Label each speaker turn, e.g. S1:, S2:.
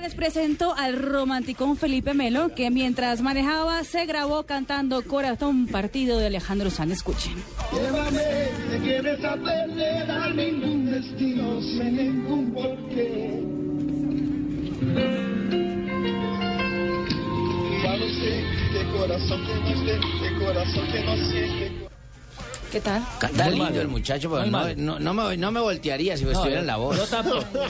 S1: les presento al romanticón Felipe Melo, que mientras manejaba se grabó cantando Corazón Partido de Alejandro San. Escuchen.
S2: Llévame, te quieres a perder a ningún destino, sin ningún porqué. Ya lo sé, de corazón que no esté, de corazón que no siente.
S1: ¿Qué tal?
S3: Canta
S4: Muy
S3: lindo
S4: mal.
S3: el muchacho, pero
S4: Muy
S3: no,
S4: mal.
S3: no, no me, no me voltearía si me estuviera en la voz.
S4: Yo tampoco.